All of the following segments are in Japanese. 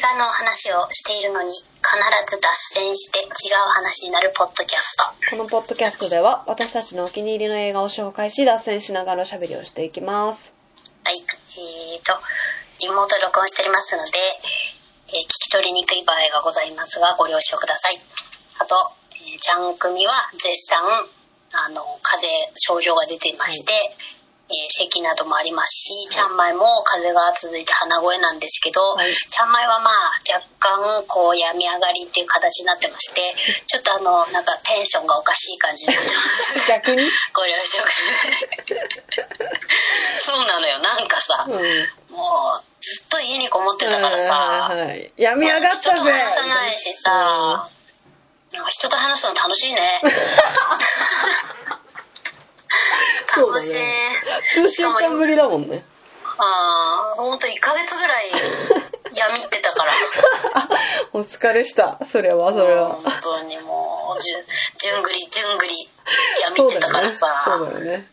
画の話をしているのに必ず脱線して違う話になるポッドキャストこのポッドキャストでは私たちのお気に入りの映画を紹介し脱線しながらおしゃべりをしていきますはいえー、とリモートで録音しておりますので、えー聞き取りにくい場合がございますがご了承くださいあと、えー、ちゃん組は絶賛あの風邪症状が出ていまして、えー咳などもありますし、ちゃんまいも風邪が続いて鼻声なんですけど、いちゃんまいはまあ若干こう病み上がりっていう形になってまして、 ちょっとあのなんかテンションがおかしい感じになってます。逆に、ご了承ください。 そうなのよ、なんかさ、うん、もうずっと家にこもってたからうんさ、はいはい病み上がった人ぜと話さないしさ、なんか人と話すの楽しいね。 そう楽だしい。ね数週間ぶりだもんねああ、ほんと1ヶ月ぐら い闇ってたから。お疲れしたそれはそれは本当にもう、じゅ、じゅんぐり、じゅんぐり、闇ってたからさ。そうだよねそうだよね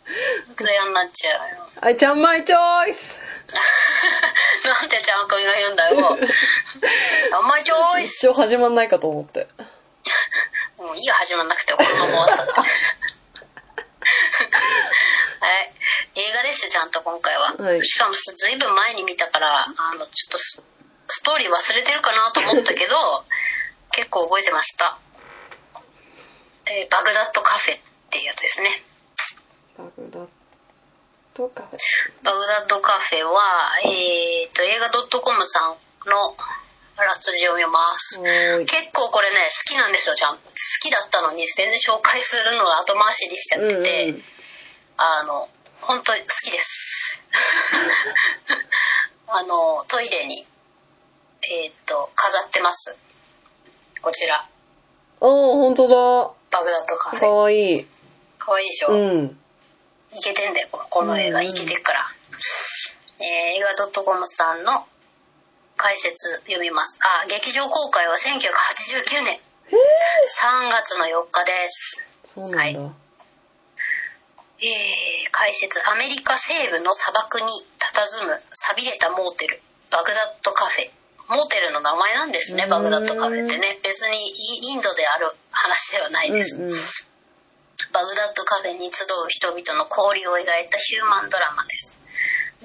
本当嫌になっちゃうよ。 あいちゃんマイチョイスなんでちゃんこみが言うん だよ。あんまりちょい一生始まんないかと思ってもういいよ、始まんなくて、このまま終わったって。はい。映画ですよ、ちゃんと今回は。はいしかも、ずいぶん前に見たから、あの、ちょっとス、ストーリー忘れてるかなと思ったけど、 結構覚えてました。えーバグダッドカフェっていうやつですね。バグダッドカフェバグダッドカフェは、えっ、と、映画 .com さんのあらすじを見ます。おーい結構これね好きなんですよちゃん好きだったのに全然紹介するのを後回しにしちゃってて、うんうんあの本当に好きです あのトイレにえーっと飾ってますこちらおーほんとだバグダッドカフかェわいいかわいいでしょ、うんいけてんだよこのこの映画うんいけてっから、えー映画 .com さんの解説読みますあ劇場公開は1989年3月の4日ですそうなんだ、えー解説アメリカ西部の砂漠に佇む寂れたモーテルバグダッドカフェモーテルの名前なんですうねんバグダッドカフェってね別にイインドである話ではないです、うんうんバグダッドカフェに集う人々の交流を描いたヒューマンドラマです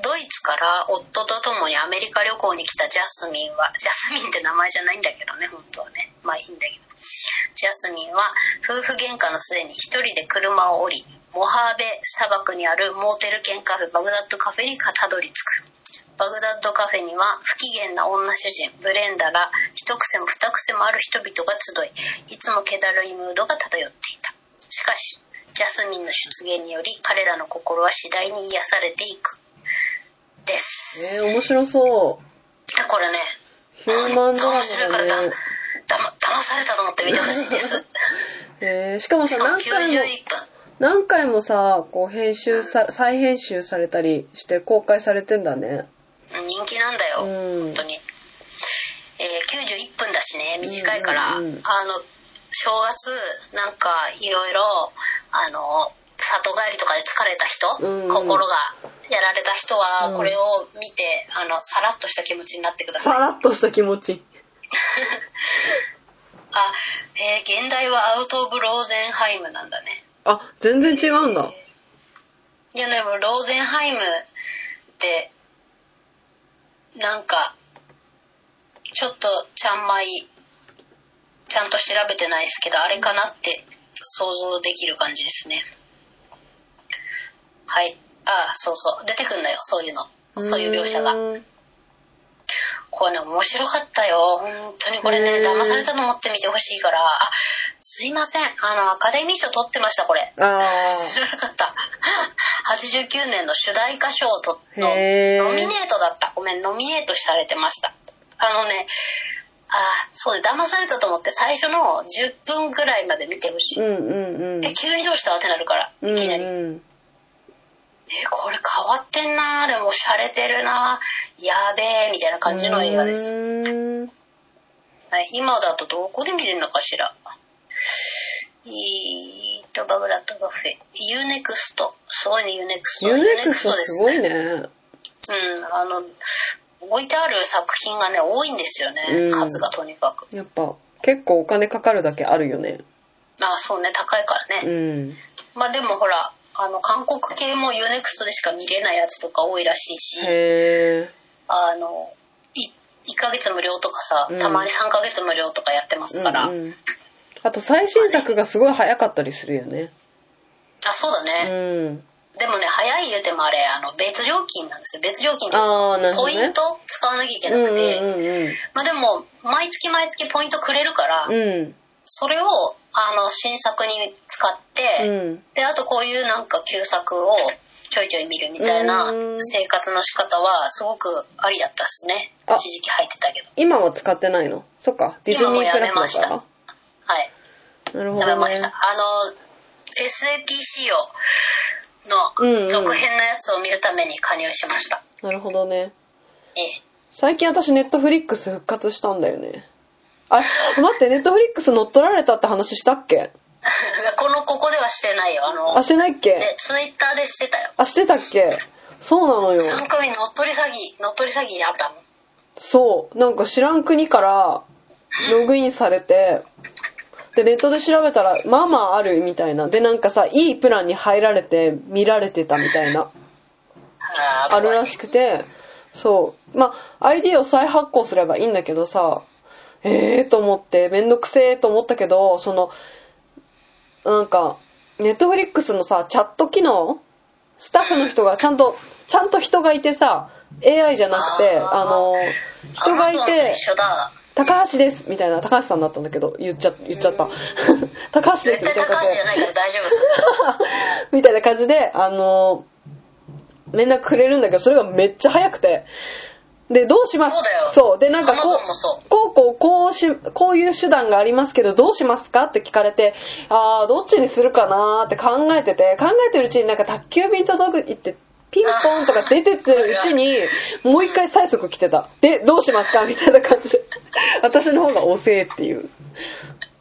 ドイツから夫と共にアメリカ旅行に来たジャスミンはジャスミンって名前じゃないんだけどね本当はねまあいいんだけどジャスミンは夫婦喧嘩の末に一人で車を降りモハーベ砂漠にあるモーテル犬カフェバグダッドカフェにたどり着くバグダッドカフェには不機嫌な女主人ブレンダら一癖も二癖もある人々が集いいつも気だるいムードが漂っていたしかしジャスミンの出現により彼らの心は次第に癒されていくですえー、面白そうこれねヒューマンドラ面白いかマらだだねだま騙されたと思って見てほしいです えー、しかもしさかも何91回も分何回もさこう編集さ再編集されたりして公開されてんだね人気なんだよ、うん本当に、えー91分だしね短いから、うんうんうんあの正月なんかいろいろあの里帰りとかで疲れた人、うんうん心がやられた人はうんこれを見て、あのさらっとした気持ちになってくださいさらっとした気持ちあえー現代はアウト・オブ・ローゼンハイムなんだねあ全然違うんだいやでもローゼンハイムってなんかちょっとちゃんまいちゃんと調べてないですけどあれかなって想像できる感じですねはいあそうそう出てくんのよそういうのそういう描写がーんこれね面白かったよ本当にこれへねー騙されたと思って見てほしいからあすいませんあのアカデミー賞取ってましたこれあ知らなかった89年の主題歌賞とのへーノミネートだったごめんノミネートされてましたあのねあーそうね騙されたと思って最初の10分ぐらいまで見てほしい、ーうんうんうんえ急にどうしたってなるからうんいきなり、えうんこれ変わってんなーでも洒落てるなーやべえみたいな感じの映画ですうーんはい、今だとどこで見れるのかしら。えーっと、バグラットカフェ。ユーネクスト。すごいね、ユーネクスト。ユーネクストですごいねうん、あの、置いてある作品がね多いんですようねん数がとにかくやっぱ結構お金かかるだけあるよねあそうね高いからね、うんまあでもほらあの韓国系も UNEXT でしか見れないやつとか多いらしいし、へえあのい1ヶ月無料とかさ、うんたまに3ヶ月無料とかやってますから、うんうんあと最新作がすごい早かったりするよねあそうだうね、んでもね早い言うてもあれあの別料金なんですよ別料金ですああなるほポどインねト使わなきゃいけうんなくて、うんうんまあでも毎月毎月ポイントくれるから、うんそれをあの新作に使って、うんであとこういうなんか旧作をちょいちょい見るみたいなうん生活の仕方はすごくありだったっすねあ一時期入ってたけど今は使ってないのそっかディズニープラスだ今もかはいらなるほ食べどまねした、あの SAPCO うんうのん続編のやつを見るために加入しました、なるほどねええ 最近私ネットフリックス復活したんだよねあ待ってネットフリックス乗っ取られたって話したっけこのここではしてないよあのあしてないっけでツイッターでしてたよあしてたっけそうなのよ3組乗っ取り詐欺乗っ取り詐欺にあったのそうなんか知らん国からログインされてでネットで調べたらまあまああるみたいなでなんかさいいプランに入られて見られてたみたいなあーあるらしくてそうまあ ID を再発行すればいいんだけどさええー、と思ってめんどくせえと思ったけどそのなんかネットフリックスのさチャット機能スタッフの人がちゃんとちゃんと人がいてさ AI じゃなくてあーあの人がい Amazon てと一緒だ「高橋です」みたいな高橋さんだったんだけど言っちゃ言っちゃった「 高橋で絶す」み対た高橋いな感じでじゃないから大丈夫です みたいな感じで、あのー連絡くれるんだけど、それがめっちゃ早くて。で、どうしますそうだよそう。で、なんかこ、Amazon もそうこう、こう、こうし、こういう手段がありますけど、どうしますかって聞かれて、あー、どっちにするかなーって考えてて、考えてるうちになんか宅急便届くって、ピンポンとか出てってるうちに、もう一回催促来てた。で、どうしますかみたいな感じで。 私の方が遅えっていう。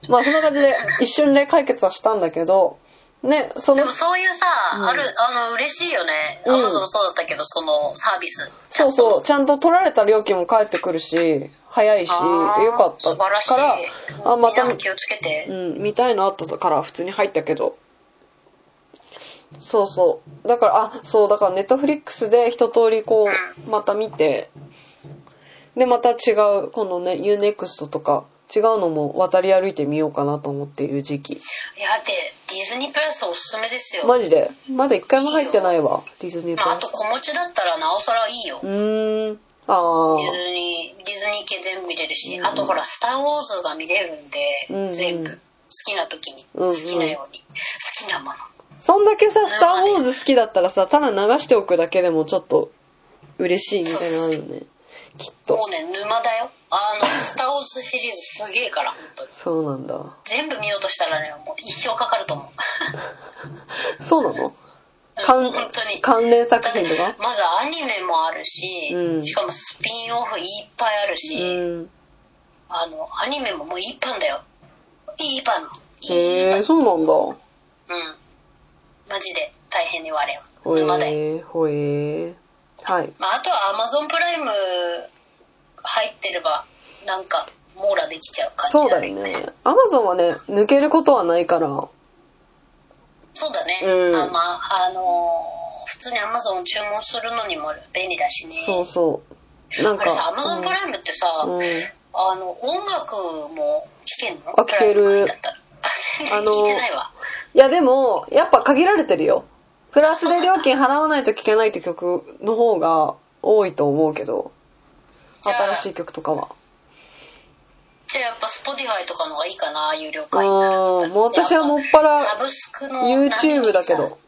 まあ、そんな感じで、一瞬で解決はしたんだけど、ね、そでのも、そういうさ、うんあるあの嬉しいよね、うん Amazon もそうだったけどそのサービスそうそう、ちゃんと取られた料金も返ってくるし、早いし、よあーかった素晴らしいから、あ、まみんた、なもう気をつけて、ん、見たいのあったから普通に入ったけど。そうそう。だから、あ、そう、だからネットフリックスで一通りこう、また見て、で、また違う、このね、UNEXT とか、違うのも渡り歩いてみようかなと思っている時期。いやだってディズニープラスおすすめですよ、まマジで、まだ一回も入ってないわ、ディズニープあ、あラとス。子持ちだったらなおさらいいよ、うーん、あディズー、ニーディズニー系全部見れるし、うんあとほら「スター・ウォーズ」が見れるんで、うんうん全部好きな時にうんうん好きなように、好きなものそんだけさ「スター・ウォーズ」好きだったらさただ流しておくだけでもちょっと嬉しいみたいなのあるよねきっもとうね沼だよあの「スター・ウォーズ」シリーズすげえから本当にそうなんだ全部見ようとしたらねもう一生かかると思うそうなのう関ん本当に関連作だって品とかまずアニメもあるし、うんしかもスピンオフいっぱいあるし、うんあのアニメももういいパンだよいいパンのいいパへンえそうなんだうんマジで大変に言われよほえ沼だよ、ーほえーはいまあ、あとはアマゾンプライム入ってればなんか網羅できちゃう感じそうあだるよねアマゾンはね抜けることはないからそうだね、うんあまああのー普通にアマゾン注文するのにも便利だしねそうそうなんあれさかアマゾンプライムってさ、うんうんあの音楽も聴けんのあ聴けるプライム会員だった ら全然聴いてないわいやでもやっぱ限られてるよプラスで料金払わないと聴けないって曲の方が多いと思うけどじゃあ新しい曲とかはじゃあやっぱ Spotify とかの方がいいかな有料う会員になるんだったんらもう私はもっやぱぱらサブスクの波にさ YouTube だけど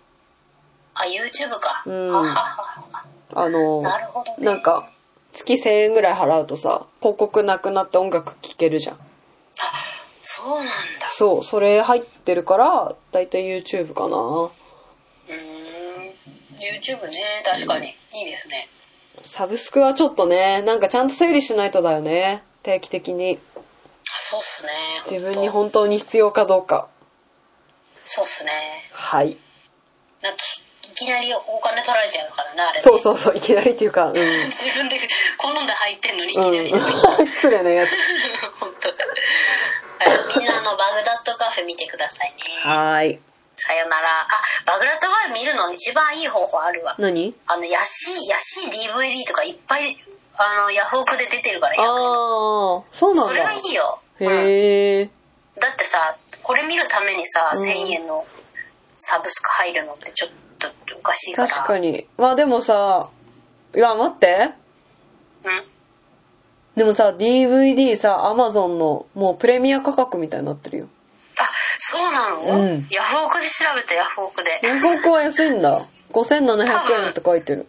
あ YouTube かうんはははあのなるほどねなんか月1000円ぐらい払うとさ広告なくなって音楽聴けるじゃんそうなんだそうそれ入ってるからだいたい YouTube かうなーん YouTube ね確かに、いいですねサブスクはちょっとねなんかちゃんと整理しないとだよね定期的にそうっすね自分にほんと本当に必要かどうかそうっすねはいなんかきいきなりお金取られちゃうからなあれねそうそうそういきなりっていうかうん、う 自分で好んで入ってんのにいきなり、ん、 失礼なやつ 本当だからみんなあのバグダッドカフェ見てくださいねはーいさよならあバグダッドカフェ見るの一番いい方法あるわ何あの安い安い DVD とかいっぱいあのヤフオクで出てるからああそうなんそれだはいいよ、うんへえだってさこれ見るためにさ、うん1000円のサブスク入るのってちょっとおかしいから確かにまあでもさいや待ってうんでもさ DVD さアマゾンのもうプレミア価格みたいになってるよあそうなの、うんヤフオクで調べたヤフオクで韓国は安いんだ5700円って書いてる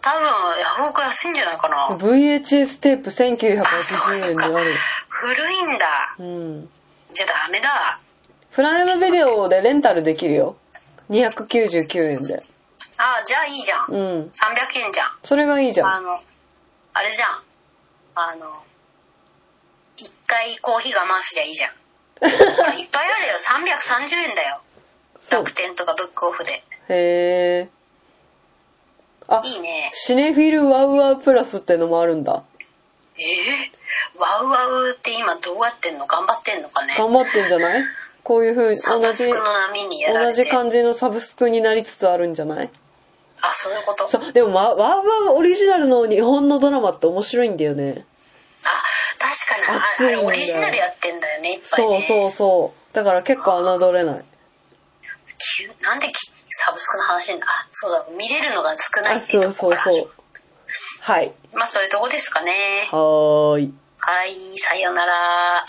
多分ヤフオク安いんじゃないかな、 VHS テープ1980円であある古いんだうんじゃダメだプライムビデオでレンタルできるよ299円であじゃあいいじゃん、300うん円じゃんそれがいいじゃあんのあれじゃんあの一回コーヒー我慢すりゃいい じゃんほらいっぱいあるよ330円だよそう楽天とかブックオフでへえあいいねシネフィルワウワウプラスってのもあるんだえー、ワウワウって今どうやってんの頑張ってんのかね頑張ってんじゃないこういう風にサ同ブじスクの波にやら同れてじ感じのサブスクになりつつあるんじゃないあそういうことそうでもわわーわーオリジナルの日本のドラマって面白いんだよねあ確かにあ熱いんあだれよオリジナルやってんだよねいっぱいそうねそうそうだから結構侮れない急なんできサブスクの話になあそうだ見れるのが少ないあっていそううとこそろうそうはいまあそういうとこですかねはーいはいさようなら